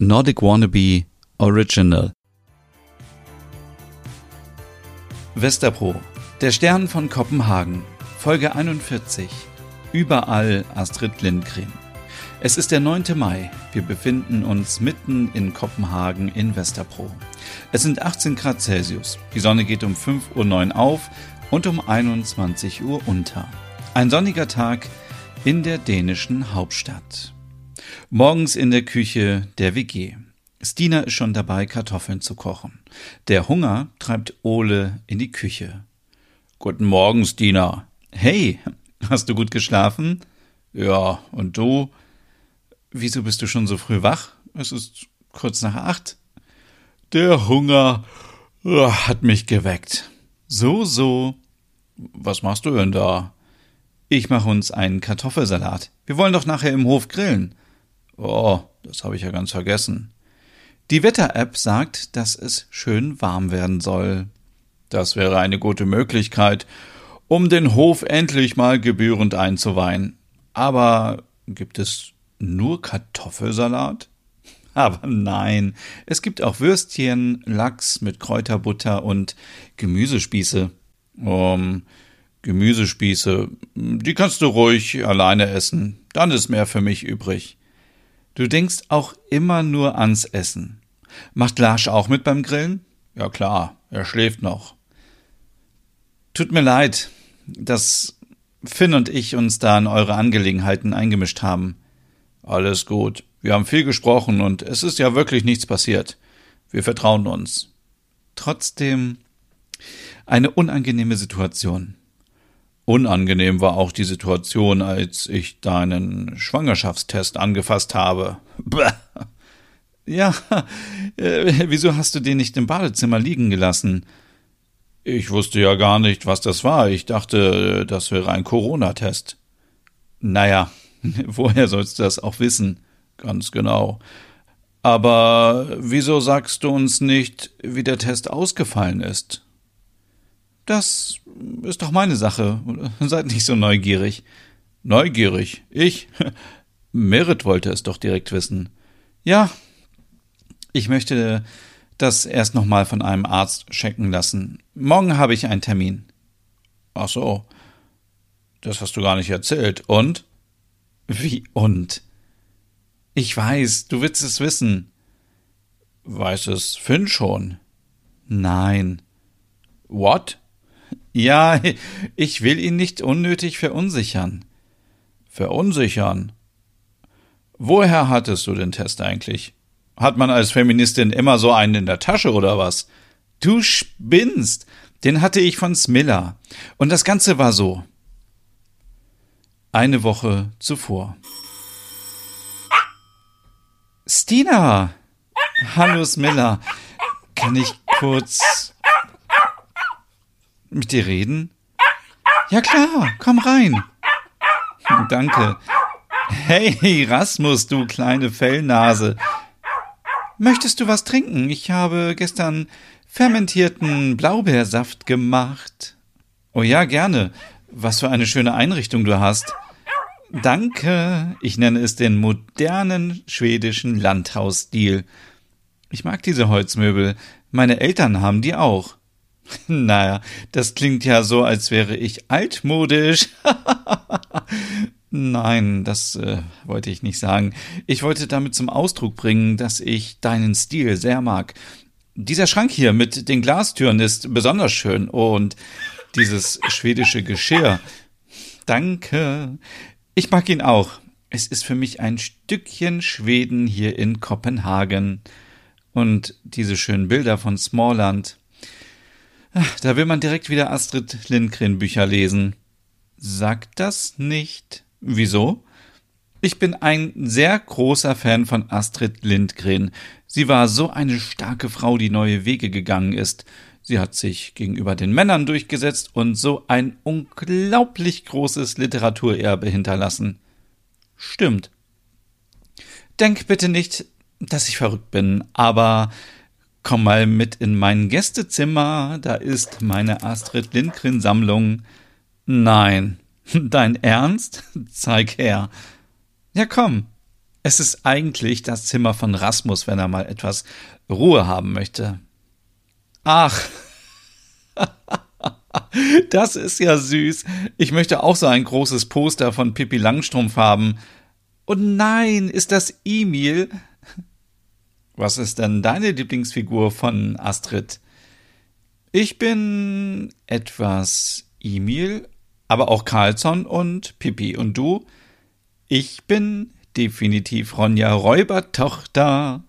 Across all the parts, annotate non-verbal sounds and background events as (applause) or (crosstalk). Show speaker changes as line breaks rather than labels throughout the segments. Nordic Wannabe Original. Westerpro, der Stern von Kopenhagen, Folge 41. Überall Astrid Lindgren. Es ist der 9. Mai. Wir befinden uns mitten in Kopenhagen in Westerpro. Es sind 18 Grad Celsius. Die Sonne geht um 5.09 Uhr auf und um 21 Uhr unter. Ein sonniger Tag in der dänischen Hauptstadt. Morgens in der Küche der WG. Stina ist schon dabei, Kartoffeln zu kochen. Der Hunger treibt Ole in die Küche. Guten Morgen, Stina. Hey, hast du gut geschlafen? Ja, und du? Wieso bist du schon so früh wach? Es ist kurz nach acht. Der Hunger äh, hat mich geweckt. So, so. Was machst du denn da? Ich mache uns einen Kartoffelsalat. Wir wollen doch nachher im Hof grillen. Oh, das habe ich ja ganz vergessen. Die Wetter-App sagt, dass es schön warm werden soll. Das wäre eine gute Möglichkeit, um den Hof endlich mal gebührend einzuweihen. Aber gibt es nur Kartoffelsalat? (laughs) Aber nein, es gibt auch Würstchen, Lachs mit Kräuterbutter und Gemüsespieße. Ähm, Gemüsespieße, die kannst du ruhig alleine essen. Dann ist mehr für mich übrig. Du denkst auch immer nur ans Essen. Macht Larsch auch mit beim Grillen? Ja klar, er schläft noch. Tut mir leid, dass Finn und ich uns da in eure Angelegenheiten eingemischt haben. Alles gut. Wir haben viel gesprochen und es ist ja wirklich nichts passiert. Wir vertrauen uns. Trotzdem eine unangenehme Situation. Unangenehm war auch die Situation, als ich deinen Schwangerschaftstest angefasst habe. Bäh. Ja, äh, wieso hast du den nicht im Badezimmer liegen gelassen? Ich wusste ja gar nicht, was das war. Ich dachte, das wäre ein Corona-Test. Naja, (laughs) woher sollst du das auch wissen? Ganz genau. Aber wieso sagst du uns nicht, wie der Test ausgefallen ist? Das ist doch meine Sache. Seid nicht so neugierig. Neugierig? Ich? (laughs) Merit wollte es doch direkt wissen. Ja, ich möchte das erst nochmal von einem Arzt checken lassen. Morgen habe ich einen Termin. Ach so. Das hast du gar nicht erzählt. Und? Wie und? Ich weiß, du willst es wissen. Weiß es Finn schon? Nein. What? Ja, (laughs) ich will ihn nicht unnötig verunsichern. Verunsichern? Woher hattest du den Test eigentlich? Hat man als Feministin immer so einen in der Tasche oder was? Du spinnst! Den hatte ich von Smilla. Und das Ganze war so. Eine Woche zuvor. Stina! Hallo Smilla. Kann ich kurz mit dir reden? Ja klar, komm rein. (laughs) Danke. Hey, Rasmus, du kleine Fellnase. Möchtest du was trinken? Ich habe gestern fermentierten Blaubeersaft gemacht. Oh ja, gerne. Was für eine schöne Einrichtung du hast. Danke. Ich nenne es den modernen schwedischen Landhausstil. Ich mag diese Holzmöbel. Meine Eltern haben die auch. (laughs) Naja, das klingt ja so, als wäre ich altmodisch. (laughs) Nein, das äh, wollte ich nicht sagen. Ich wollte damit zum Ausdruck bringen, dass ich deinen Stil sehr mag. Dieser Schrank hier mit den Glastüren ist besonders schön und dieses schwedische Geschirr. Danke. Ich mag ihn auch. Es ist für mich ein Stückchen Schweden hier in Kopenhagen. Und diese schönen Bilder von Smallland. Da will man direkt wieder Astrid Lindgren Bücher lesen. Sag das nicht. Wieso? Ich bin ein sehr großer Fan von Astrid Lindgren. Sie war so eine starke Frau, die neue Wege gegangen ist. Sie hat sich gegenüber den Männern durchgesetzt und so ein unglaublich großes Literaturerbe hinterlassen. Stimmt. Denk bitte nicht, dass ich verrückt bin, aber komm mal mit in mein Gästezimmer, da ist meine Astrid Lindgren Sammlung. (laughs) Nein, dein Ernst? Zeig her. Ja, komm. Es ist eigentlich das Zimmer von Rasmus, wenn er mal etwas Ruhe haben möchte. Ach. (laughs) Das ist ja süß. Ich möchte auch so ein großes Poster von Pippi Langstrumpf haben. Und oh nein, ist das Emil? Was ist denn deine Lieblingsfigur von Astrid? Ich bin etwas Emil, aber auch Carlson und Pippi. Und du? Ich bin definitiv Ronja Räubertochter.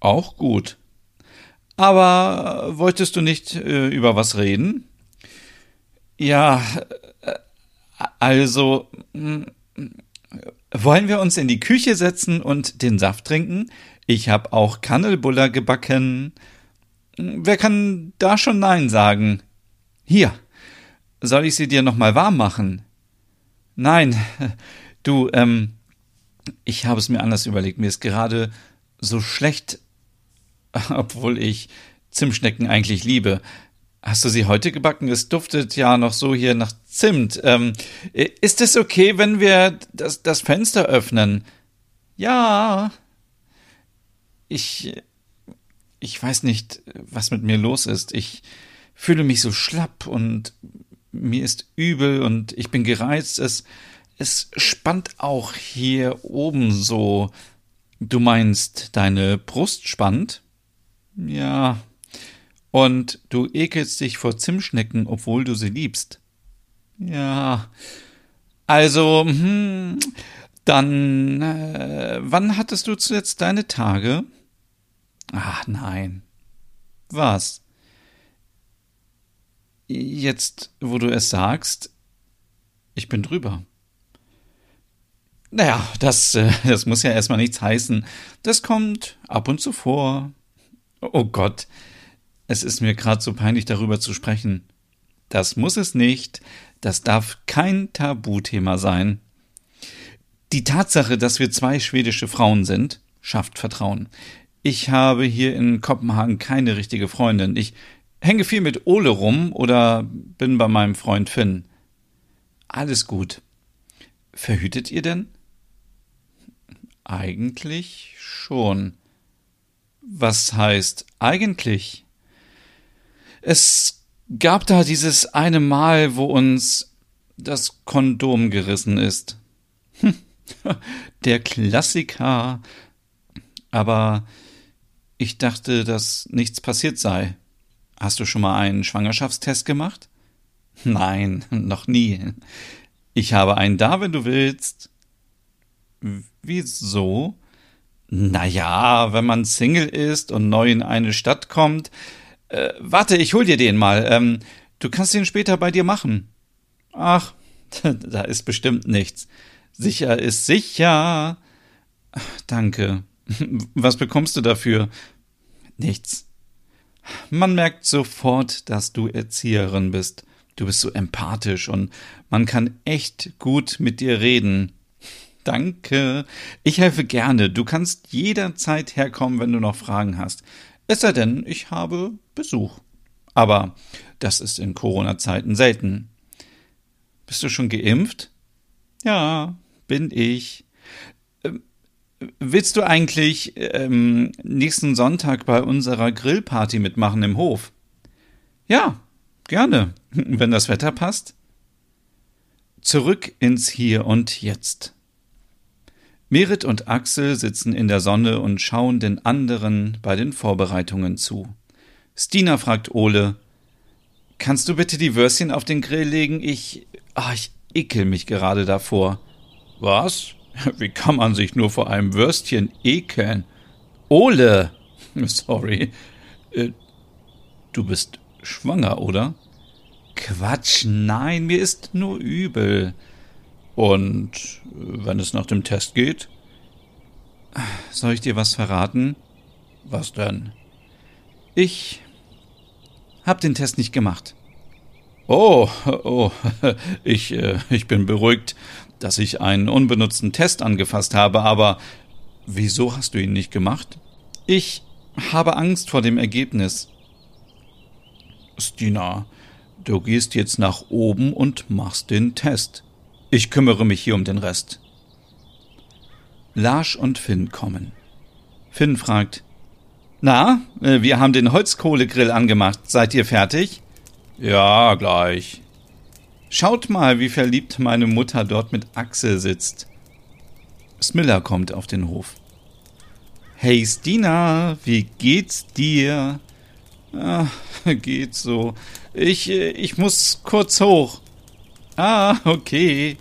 Auch gut. Aber wolltest du nicht äh, über was reden? Ja, äh, also mh, wollen wir uns in die Küche setzen und den Saft trinken? Ich habe auch Kannelbuller gebacken. Wer kann da schon nein sagen? Hier, soll ich sie dir noch mal warm machen? Nein, (laughs) du ähm ich habe es mir anders überlegt. Mir ist gerade so schlecht, (laughs) obwohl ich Zimtschnecken eigentlich liebe. Hast du sie heute gebacken? Es duftet ja noch so hier nach Zimt. Ähm, ist es okay, wenn wir das, das Fenster öffnen? Ja. Ich. Ich weiß nicht, was mit mir los ist. Ich fühle mich so schlapp und mir ist übel und ich bin gereizt. Es es spannt auch hier oben so. Du meinst, deine Brust spannt? Ja. Und du ekelst dich vor Zimtschnecken, obwohl du sie liebst. Ja. Also, hm, dann, äh, wann hattest du zuletzt deine Tage? Ach nein. Was? Jetzt, wo du es sagst, ich bin drüber. Naja, das, äh, das muss ja erstmal nichts heißen. Das kommt ab und zu vor. Oh Gott, es ist mir gerade so peinlich, darüber zu sprechen. Das muss es nicht. Das darf kein Tabuthema sein. Die Tatsache, dass wir zwei schwedische Frauen sind, schafft Vertrauen. Ich habe hier in Kopenhagen keine richtige Freundin. Ich hänge viel mit Ole rum oder bin bei meinem Freund Finn. Alles gut. Verhütet ihr denn? Eigentlich schon. Was heißt eigentlich? Es gab da dieses eine Mal, wo uns das Kondom gerissen ist. Hm. (laughs) Der Klassiker. Aber ich dachte, dass nichts passiert sei. Hast du schon mal einen Schwangerschaftstest gemacht? Nein, (laughs) noch nie. Ich habe einen da, wenn du willst. Wieso? Naja, wenn man Single ist und neu in eine Stadt kommt. Äh, warte, ich hol dir den mal. Ähm, du kannst den später bei dir machen. Ach, (laughs) da ist bestimmt nichts. Sicher ist sicher. Danke. (laughs) Was bekommst du dafür? Nichts. Man merkt sofort, dass du Erzieherin bist. Du bist so empathisch und man kann echt gut mit dir reden. Danke. Ich helfe gerne. Du kannst jederzeit herkommen, wenn du noch Fragen hast. Es sei denn, ich habe Besuch. Aber das ist in Corona-Zeiten selten. Bist du schon geimpft? Ja, bin ich. Ähm, willst du eigentlich ähm, nächsten Sonntag bei unserer Grillparty mitmachen im Hof? Ja, gerne, (laughs) wenn das Wetter passt. Zurück ins Hier und Jetzt. Merit und Axel sitzen in der Sonne und schauen den anderen bei den Vorbereitungen zu. Stina fragt Ole: Kannst du bitte die Würstchen auf den Grill legen? Ich. Ah, ich ekel mich gerade davor. Was? Wie kann man sich nur vor einem Würstchen ekeln? Ole! (laughs) Sorry. Äh, du bist schwanger, oder? Quatsch, nein, mir ist nur übel. Und äh, wenn es nach dem Test geht? Soll ich dir was verraten? Was denn? Ich hab den Test nicht gemacht. Oh, (laughs) oh, ich, äh, ich bin beruhigt, dass ich einen unbenutzten Test angefasst habe, aber wieso hast du ihn nicht gemacht? Ich habe Angst vor dem Ergebnis. Stina, du gehst jetzt nach oben und machst den Test. Ich kümmere mich hier um den Rest. Larsch und Finn kommen. Finn fragt, na, äh, wir haben den Holzkohlegrill angemacht. Seid ihr fertig?
Ja, gleich.
Schaut mal, wie verliebt meine Mutter dort mit Axel sitzt. Smiller kommt auf den Hof. Hey Stina, wie geht's dir? Ah, (laughs) geht so. Ich, äh, ich muss kurz hoch. Ah, okay.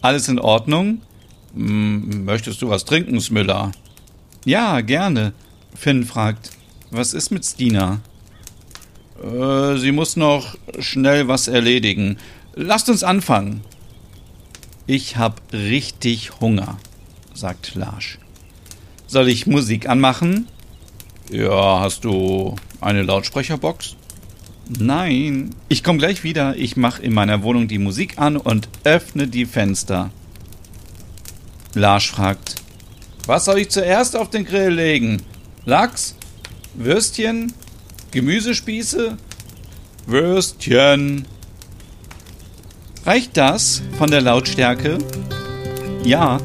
Alles in Ordnung?
Hm, möchtest du was trinken, Smiller?
Ja, gerne. Finn fragt, was ist mit Stina?
Äh, sie muss noch schnell was erledigen. Lasst uns anfangen.
Ich hab richtig Hunger, sagt Larsch. Soll ich Musik anmachen?
Ja, hast du eine Lautsprecherbox?
Nein, ich komm gleich wieder. Ich mach in meiner Wohnung die Musik an und öffne die Fenster. Larsch fragt,
was soll ich zuerst auf den Grill legen? Lachs? Würstchen? Gemüsespieße? Würstchen.
Reicht das von der Lautstärke? Ja.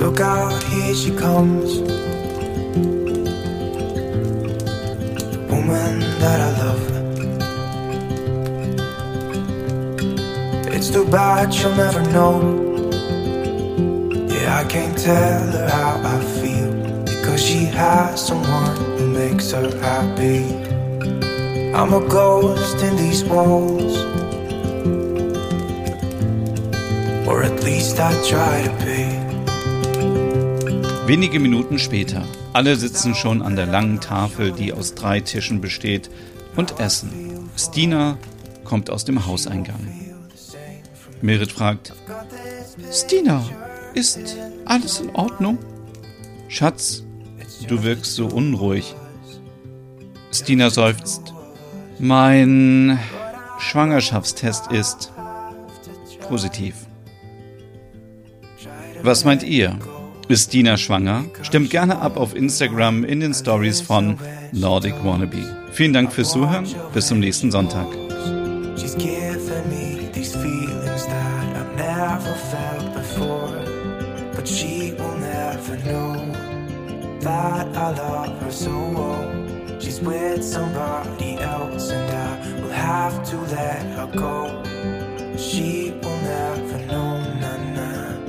Look out, here she comes. Woman that I love. It's too bad she'll never know. Yeah, I can't tell her how I feel. Because she has someone who makes her happy. I'm a ghost in these walls. Or at least I try to be.
Wenige Minuten später. Alle sitzen schon an der langen Tafel, die aus drei Tischen besteht, und essen. Stina kommt aus dem Hauseingang. Merit fragt, Stina, ist alles in Ordnung? Schatz, du wirkst so unruhig. Stina seufzt. Mein Schwangerschaftstest ist positiv. Was meint ihr? Ist Dina schwanger? Stimmt gerne ab auf Instagram in den Stories von Nordic Wannabe. Vielen Dank fürs Zuhören. Bis zum nächsten Sonntag.
She's given me these feelings that I've never felt before. But she will never know that I love her so. oh. She's with somebody else, and I will have to let her go. She will never know, na na.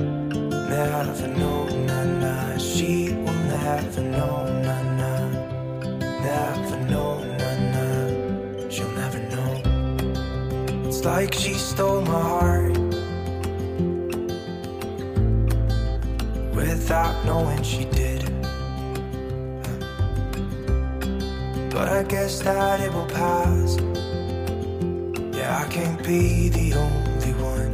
Never know, na na. She will never know, na na. Never know, na na. She'll never know. It's like she stole my heart without knowing she did. But I guess that it will pass. Yeah, I can't be the only one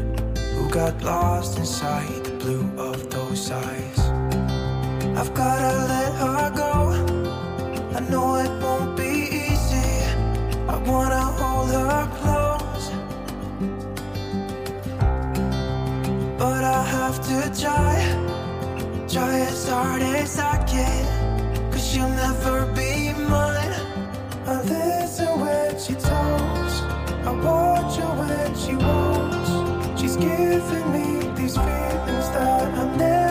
who got lost inside the blue of those eyes. I've gotta let her go. I know it won't be easy. I wanna hold her close. But I have to try, try as hard as I can. Cause she'll never be mine. I listen when she talks, I watch her when she walks. She's giving me these feelings that I never.